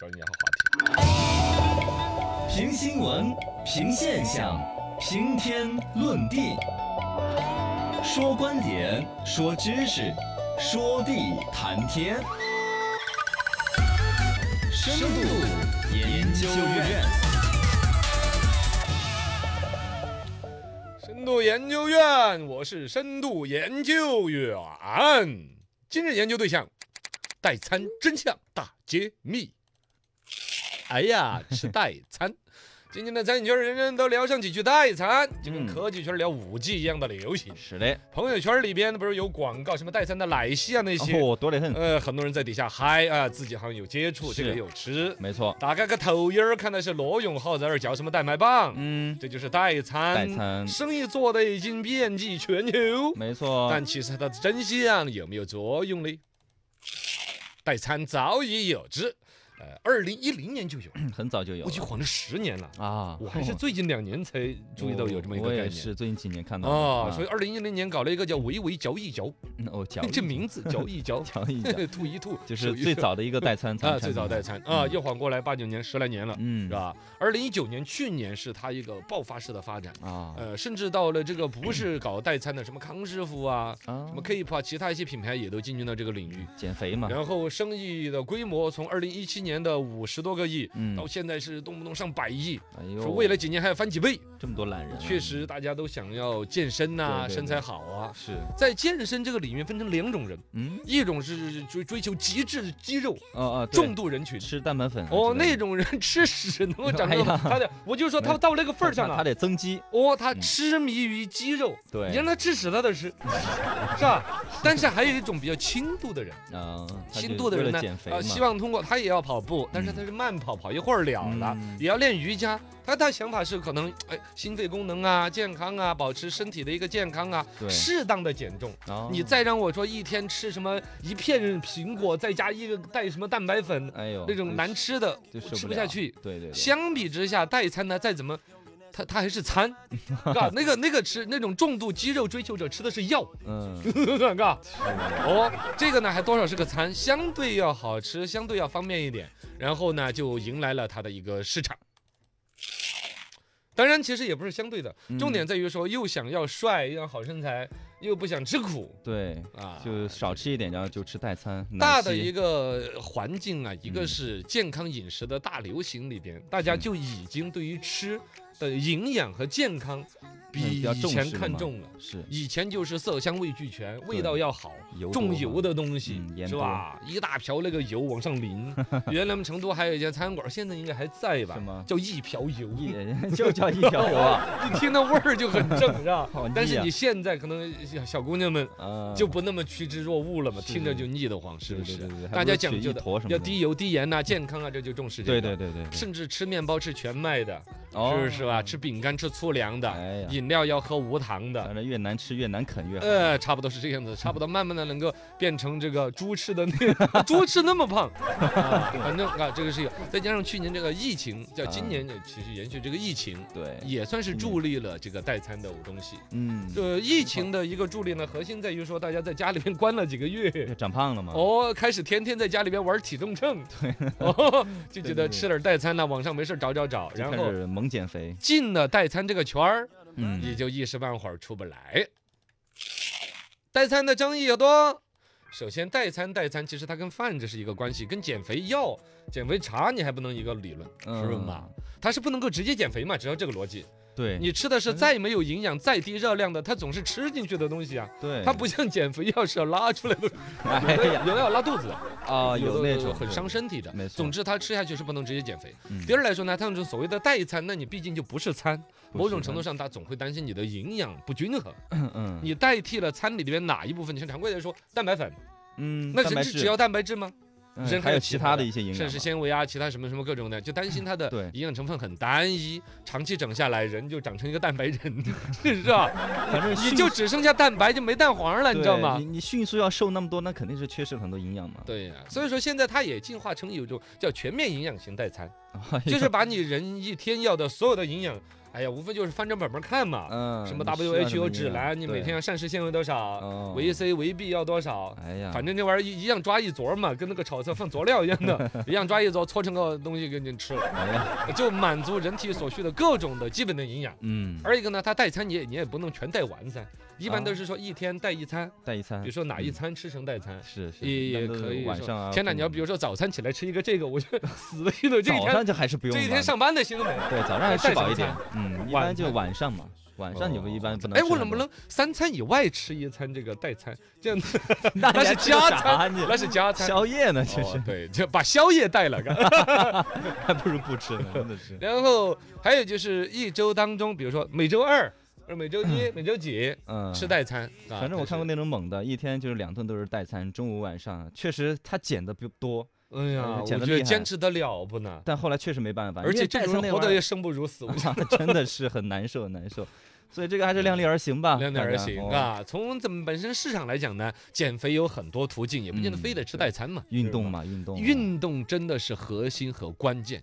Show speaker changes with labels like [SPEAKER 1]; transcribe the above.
[SPEAKER 1] 找你聊话题。
[SPEAKER 2] 评新闻，评现象，评天论地，说观点，说知识，说地谈天。深度研究院，
[SPEAKER 1] 深度研究院，我是深度研究员。今日研究对象：代餐真相大揭秘。哎呀，吃代餐！今天的餐饮圈人人都聊上几句代餐，就跟
[SPEAKER 2] 嗯
[SPEAKER 1] 科技圈聊五 G 一样的流行。
[SPEAKER 2] 是的，
[SPEAKER 1] 朋友圈里边不是有广告，什么代餐的奶昔啊那些，
[SPEAKER 2] 哦，多得很，
[SPEAKER 1] 呃，很多人在底下嗨啊，自己好像有接触，这个
[SPEAKER 2] 是
[SPEAKER 1] 有吃。
[SPEAKER 2] 没错，
[SPEAKER 1] 打开个抖音儿，看的是罗永浩在那儿嚼什么代麦棒，
[SPEAKER 2] 嗯，
[SPEAKER 1] 这就是代餐。
[SPEAKER 2] 代餐嗯
[SPEAKER 1] 生意做的已经遍及全球，
[SPEAKER 2] 没错，
[SPEAKER 1] 但其实它的真相有没有作用呢？代餐早已有之，呃，二零一零年就有，
[SPEAKER 2] 很早就有
[SPEAKER 1] 我去
[SPEAKER 2] 了
[SPEAKER 1] 晃了十年了。
[SPEAKER 2] 啊。
[SPEAKER 1] 我还是最近两年才注意到有这么一个
[SPEAKER 2] 我
[SPEAKER 1] 概
[SPEAKER 2] 也
[SPEAKER 1] 念。
[SPEAKER 2] 是嗯最近几年看到的
[SPEAKER 1] 啊，所以
[SPEAKER 2] 哦以
[SPEAKER 1] 二零一零年搞了一个叫“维维嚼一嚼
[SPEAKER 2] 哦，”，嚼一，
[SPEAKER 1] 这名字嚼一嚼
[SPEAKER 2] 嚼一 嚼，
[SPEAKER 1] 吐一吐，
[SPEAKER 2] 就是
[SPEAKER 1] 手一
[SPEAKER 2] 最
[SPEAKER 1] 手
[SPEAKER 2] 早的一个代 餐餐
[SPEAKER 1] 啊，最早代
[SPEAKER 2] 餐，
[SPEAKER 1] 餐啊，
[SPEAKER 2] 嗯
[SPEAKER 1] 又晃过来八九年、十来年了，
[SPEAKER 2] 嗯
[SPEAKER 1] 是吧？二零一九年，去年是它一个爆发式的发展。
[SPEAKER 2] 啊
[SPEAKER 1] 呃，甚至到了这个不是搞代餐的，什么康师傅啊，
[SPEAKER 2] 啊
[SPEAKER 1] 什么 Keep 啊，其他一些品牌也都进军到这个领域。
[SPEAKER 2] 减肥嘛，
[SPEAKER 1] 然后生意的规模从二零一七年的五十多个亿，
[SPEAKER 2] 嗯
[SPEAKER 1] 到现在是动不动上百亿，
[SPEAKER 2] 哎呦，
[SPEAKER 1] 哦说未来几年还要翻几倍。
[SPEAKER 2] 这么多懒人啊，
[SPEAKER 1] 确实，大家都想要健身呐、
[SPEAKER 2] 对对对
[SPEAKER 1] 身材好啊。
[SPEAKER 2] 是，
[SPEAKER 1] 在健身这个里面分成两种人，
[SPEAKER 2] 嗯，
[SPEAKER 1] 一种是追追求极致肌肉
[SPEAKER 2] 哦哦，对
[SPEAKER 1] 重度人群，
[SPEAKER 2] 吃蛋白粉啊
[SPEAKER 1] 哦，
[SPEAKER 2] 之类
[SPEAKER 1] 那
[SPEAKER 2] 的
[SPEAKER 1] 种人吃屎能够长
[SPEAKER 2] 哎
[SPEAKER 1] 得
[SPEAKER 2] 呀
[SPEAKER 1] 他的，我就说
[SPEAKER 2] 没
[SPEAKER 1] 他到那个份儿上
[SPEAKER 2] 他他
[SPEAKER 1] 了。
[SPEAKER 2] 嗯得增肌，
[SPEAKER 1] 哦，他痴迷于肌肉，
[SPEAKER 2] 对
[SPEAKER 1] 你让他吃屎他都吃，是 吧？但是还有一种比较轻度的人，
[SPEAKER 2] 啊，他
[SPEAKER 1] 轻
[SPEAKER 2] 就
[SPEAKER 1] 度的
[SPEAKER 2] 为
[SPEAKER 1] 人
[SPEAKER 2] 了
[SPEAKER 1] 呢
[SPEAKER 2] 减，肥嘛
[SPEAKER 1] 呃，希望通过他也要跑步，但是他是慢跑，跑一会儿了了
[SPEAKER 2] 嗯，
[SPEAKER 1] 也要练瑜伽。他的想法是可能，哎，心肺功能啊，健康啊，保持身体的一个健康啊，
[SPEAKER 2] 对
[SPEAKER 1] 适当的减重。
[SPEAKER 2] 哦
[SPEAKER 1] 你再让我说一天吃什么一片苹果，再加一个带什么蛋白粉，
[SPEAKER 2] 哎呦
[SPEAKER 1] 那种
[SPEAKER 2] 真
[SPEAKER 1] 难
[SPEAKER 2] 是
[SPEAKER 1] 吃的，我
[SPEAKER 2] 就受
[SPEAKER 1] 吃
[SPEAKER 2] 不
[SPEAKER 1] 不下
[SPEAKER 2] 了
[SPEAKER 1] 去。
[SPEAKER 2] 对对对
[SPEAKER 1] 相比之下，代餐呢，再怎么，它它还是餐，是吧？那个那个吃那种重度肌肉追求者吃的是药，
[SPEAKER 2] 嗯，
[SPEAKER 1] 是吧？哦，这个呢还多少是个餐，相对要好吃，相对要方便一点，然后呢就迎来了它的一个市场。当然，其实也不是相对的，重点在于说又想要帅，又要好身材，又不想吃苦
[SPEAKER 2] 对，
[SPEAKER 1] 啊，
[SPEAKER 2] 就少吃一点，然后就吃代餐，
[SPEAKER 1] 大的一
[SPEAKER 2] 个
[SPEAKER 1] 个环境啊，一个
[SPEAKER 2] 嗯
[SPEAKER 1] 是健康饮食的大流行里边，大家就已经对于吃的营养和健康比
[SPEAKER 2] 嗯比较
[SPEAKER 1] 以
[SPEAKER 2] 重
[SPEAKER 1] 前
[SPEAKER 2] 视了
[SPEAKER 1] 看
[SPEAKER 2] 嘛
[SPEAKER 1] 重了。
[SPEAKER 2] 是
[SPEAKER 1] 以前就是色香味俱全，味
[SPEAKER 2] 对
[SPEAKER 1] 道要好，
[SPEAKER 2] 油
[SPEAKER 1] 重
[SPEAKER 2] 多
[SPEAKER 1] 油
[SPEAKER 2] 嘛
[SPEAKER 1] 的东西
[SPEAKER 2] 嗯盐
[SPEAKER 1] 是吧？一大瓢那个油往上 淋。原来我们成都还有一家餐馆，现在应该还在吧
[SPEAKER 2] 是吗？
[SPEAKER 1] 叫一瓢油，
[SPEAKER 2] 一 就叫一瓢油啊，
[SPEAKER 1] 一听那味儿就很正，是吧
[SPEAKER 2] 好？
[SPEAKER 1] 但
[SPEAKER 2] 腻
[SPEAKER 1] 是
[SPEAKER 2] 啊
[SPEAKER 1] 你现在可能小小姑娘们
[SPEAKER 2] 啊，
[SPEAKER 1] 就不那么趋之若�鹜了嘛，
[SPEAKER 2] 是
[SPEAKER 1] 听着就腻得慌，是不
[SPEAKER 2] 对
[SPEAKER 1] 是
[SPEAKER 2] 对对对？还
[SPEAKER 1] 大
[SPEAKER 2] 不
[SPEAKER 1] 家
[SPEAKER 2] 如
[SPEAKER 1] 讲
[SPEAKER 2] 取
[SPEAKER 1] 究
[SPEAKER 2] 一
[SPEAKER 1] 的
[SPEAKER 2] 坨什么
[SPEAKER 1] 要
[SPEAKER 2] 的
[SPEAKER 1] 低油、低盐呐，健康啊，这就重视这
[SPEAKER 2] 对
[SPEAKER 1] 个。
[SPEAKER 2] 对对对，对
[SPEAKER 1] 甚至吃面包吃全麦的，
[SPEAKER 2] 哦
[SPEAKER 1] 是是吧？吃饼干吃粗粮的，
[SPEAKER 2] 哎呀，
[SPEAKER 1] 饮料要喝无糖的
[SPEAKER 2] 反。正越难吃越难啃越好，
[SPEAKER 1] 呃，差不多是这样子，差不多慢慢的能够变成这个猪吃的 那猪吃那么胖，啊反正啊，这个是有，再加上去年这个疫情，叫
[SPEAKER 2] 嗯
[SPEAKER 1] 今年也其实延续这个疫情，
[SPEAKER 2] 对，
[SPEAKER 1] 也算是助力了这个代餐的东西。
[SPEAKER 2] 哎嗯，
[SPEAKER 1] 呃，疫情的一个助力呢，核心在于说大家在家里面关了几个月，
[SPEAKER 2] 就长胖了嘛，
[SPEAKER 1] 哦，开始天天在家里边玩体重 秤，对，哦，就觉
[SPEAKER 2] 对对
[SPEAKER 1] 得
[SPEAKER 2] 对
[SPEAKER 1] 吃点代餐了，网上没事找找找，
[SPEAKER 2] 就
[SPEAKER 1] 然
[SPEAKER 2] 开
[SPEAKER 1] 后
[SPEAKER 2] 始猛减肥，
[SPEAKER 1] 进了代餐这个圈儿，
[SPEAKER 2] 嗯，
[SPEAKER 1] 也就一时半会儿出不来。代餐的争议有多？首先，代餐代餐其实它跟饭这是一个关系，跟减肥药、减肥茶你还不能一个理论，是
[SPEAKER 2] 嗯
[SPEAKER 1] 不是嘛？它是不能够直接减肥嘛，只要这个逻辑，
[SPEAKER 2] 对，
[SPEAKER 1] 你吃的是再没有营养、再低热量的，它总是吃进去的东西啊，
[SPEAKER 2] 对，
[SPEAKER 1] 它不像减肥药是要拉出来的，
[SPEAKER 2] 哎
[SPEAKER 1] 有
[SPEAKER 2] 呀
[SPEAKER 1] 的有的要拉肚子。
[SPEAKER 2] 啊，有那种嗯
[SPEAKER 1] 很伤，身体的。
[SPEAKER 2] 没错
[SPEAKER 1] 总之，它吃下去是不能直接减肥。
[SPEAKER 2] 嗯
[SPEAKER 1] 第二来说呢，它那种所谓的代餐，那你毕竟就不是餐，
[SPEAKER 2] 不是
[SPEAKER 1] 某种程度上，它总会担心你的营养不均衡。
[SPEAKER 2] 嗯嗯
[SPEAKER 1] 你代替了餐里边哪一部分？你像常规来说，蛋白粉，
[SPEAKER 2] 嗯，
[SPEAKER 1] 那
[SPEAKER 2] 蛋
[SPEAKER 1] 人
[SPEAKER 2] 白
[SPEAKER 1] 是
[SPEAKER 2] 质
[SPEAKER 1] 只要蛋白质吗？
[SPEAKER 2] 嗯
[SPEAKER 1] 人
[SPEAKER 2] 还
[SPEAKER 1] 还有
[SPEAKER 2] 有
[SPEAKER 1] 其
[SPEAKER 2] 其
[SPEAKER 1] 他
[SPEAKER 2] 他
[SPEAKER 1] 的
[SPEAKER 2] 的一些营养
[SPEAKER 1] 膳食
[SPEAKER 2] 嘛
[SPEAKER 1] 纤维啊，其他什么什么各种的，就担心它的
[SPEAKER 2] 对
[SPEAKER 1] 营养成分很单一，长期整下来，人就长成一个蛋白人， 是 吧？
[SPEAKER 2] 反正
[SPEAKER 1] 你
[SPEAKER 2] 迅
[SPEAKER 1] 就只剩下蛋白，就没蛋黄了，你知道
[SPEAKER 2] 对
[SPEAKER 1] 吗
[SPEAKER 2] 你？你迅速要瘦那么多，那肯定是缺失了很多营养嘛。
[SPEAKER 1] 对呀、所以说现在它也进化成有一种叫全面营养型代餐。
[SPEAKER 2] 哎呦，
[SPEAKER 1] 就是把你人一天要的所有的营养哎呀，无非就是翻着本本看嘛。
[SPEAKER 2] 嗯，
[SPEAKER 1] 什么
[SPEAKER 2] 你需要什
[SPEAKER 1] WHO
[SPEAKER 2] 么
[SPEAKER 1] 指
[SPEAKER 2] 营养
[SPEAKER 1] 南，你每天要膳食纤维多少，
[SPEAKER 2] 哦
[SPEAKER 1] 维 C、维 B 要多少，
[SPEAKER 2] 哎呀，
[SPEAKER 1] 反正那玩意儿一一样抓一撮儿嘛，跟那个炒菜放佐料一样 的，一样抓一撮，搓成个东西给你吃了，
[SPEAKER 2] 哎呀，
[SPEAKER 1] 就满足人体所需的各种的基本的营养。
[SPEAKER 2] 嗯，
[SPEAKER 1] 二一个呢，它代餐你也你也不能全带完餐，一般
[SPEAKER 2] 啊
[SPEAKER 1] 都是说一天带一餐，
[SPEAKER 2] 带一餐
[SPEAKER 1] 比如说哪一
[SPEAKER 2] 嗯
[SPEAKER 1] 餐吃成代餐。
[SPEAKER 2] 是是，
[SPEAKER 1] 也
[SPEAKER 2] 那
[SPEAKER 1] 也
[SPEAKER 2] 都
[SPEAKER 1] 可以
[SPEAKER 2] 晚
[SPEAKER 1] 说
[SPEAKER 2] 上啊，
[SPEAKER 1] 天哪，
[SPEAKER 2] 不
[SPEAKER 1] 你要比如说早餐起来吃一个这个，我 就死了心都这一
[SPEAKER 2] 早
[SPEAKER 1] 天
[SPEAKER 2] 上就还是不用
[SPEAKER 1] 这
[SPEAKER 2] 吧，
[SPEAKER 1] 一天上班的心都没了。
[SPEAKER 2] 对早上还
[SPEAKER 1] 带
[SPEAKER 2] 吃饱
[SPEAKER 1] 上
[SPEAKER 2] 一点
[SPEAKER 1] 餐，
[SPEAKER 2] 嗯，一
[SPEAKER 1] 晚
[SPEAKER 2] 般就
[SPEAKER 1] 餐
[SPEAKER 2] 晚上嘛，晚上你们一般不能
[SPEAKER 1] 哎，
[SPEAKER 2] 吃
[SPEAKER 1] 我
[SPEAKER 2] 很
[SPEAKER 1] 能不
[SPEAKER 2] 多
[SPEAKER 1] 能三餐以外吃一餐这个代 餐？这样
[SPEAKER 2] 那
[SPEAKER 1] 那
[SPEAKER 2] 你
[SPEAKER 1] 是
[SPEAKER 2] 还吃个
[SPEAKER 1] 加
[SPEAKER 2] 啥
[SPEAKER 1] 餐，
[SPEAKER 2] 你
[SPEAKER 1] 那是加餐。
[SPEAKER 2] 宵夜呢？这
[SPEAKER 1] 哦
[SPEAKER 2] 是，
[SPEAKER 1] 对，就把宵夜带了。
[SPEAKER 2] 还不如不吃呢，真的是。
[SPEAKER 1] 然后 还有就是一周当中，比如说每周二、呃每周一、每周几
[SPEAKER 2] 嗯，
[SPEAKER 1] 吃代餐啊。
[SPEAKER 2] 反正我看过
[SPEAKER 1] 那，
[SPEAKER 2] 那种猛的，一天就是两顿都是代餐，中午晚上确实他减的不多，
[SPEAKER 1] 哎呀，我
[SPEAKER 2] 简
[SPEAKER 1] 觉
[SPEAKER 2] 直
[SPEAKER 1] 得
[SPEAKER 2] 厉害
[SPEAKER 1] 坚持得了不呢？
[SPEAKER 2] 但后来确实没办法，
[SPEAKER 1] 而
[SPEAKER 2] 因
[SPEAKER 1] 且
[SPEAKER 2] 为
[SPEAKER 1] 这
[SPEAKER 2] 代
[SPEAKER 1] 种
[SPEAKER 2] 餐那
[SPEAKER 1] 人活得
[SPEAKER 2] 玩意
[SPEAKER 1] 也
[SPEAKER 2] 儿
[SPEAKER 1] 生不如死，我
[SPEAKER 2] 真的是很难受，很难受。所以这个还是量力而行吧，
[SPEAKER 1] 量力
[SPEAKER 2] 大
[SPEAKER 1] 而
[SPEAKER 2] 家
[SPEAKER 1] 行。
[SPEAKER 2] 哦
[SPEAKER 1] 啊。从咱们本身市场来讲呢，减肥有很多途径，也不见得
[SPEAKER 2] 嗯
[SPEAKER 1] 非得吃
[SPEAKER 2] 对
[SPEAKER 1] 代餐嘛。
[SPEAKER 2] 运动
[SPEAKER 1] 嘛，
[SPEAKER 2] 嘛，运动嘛，
[SPEAKER 1] 运动真的是核心和关键。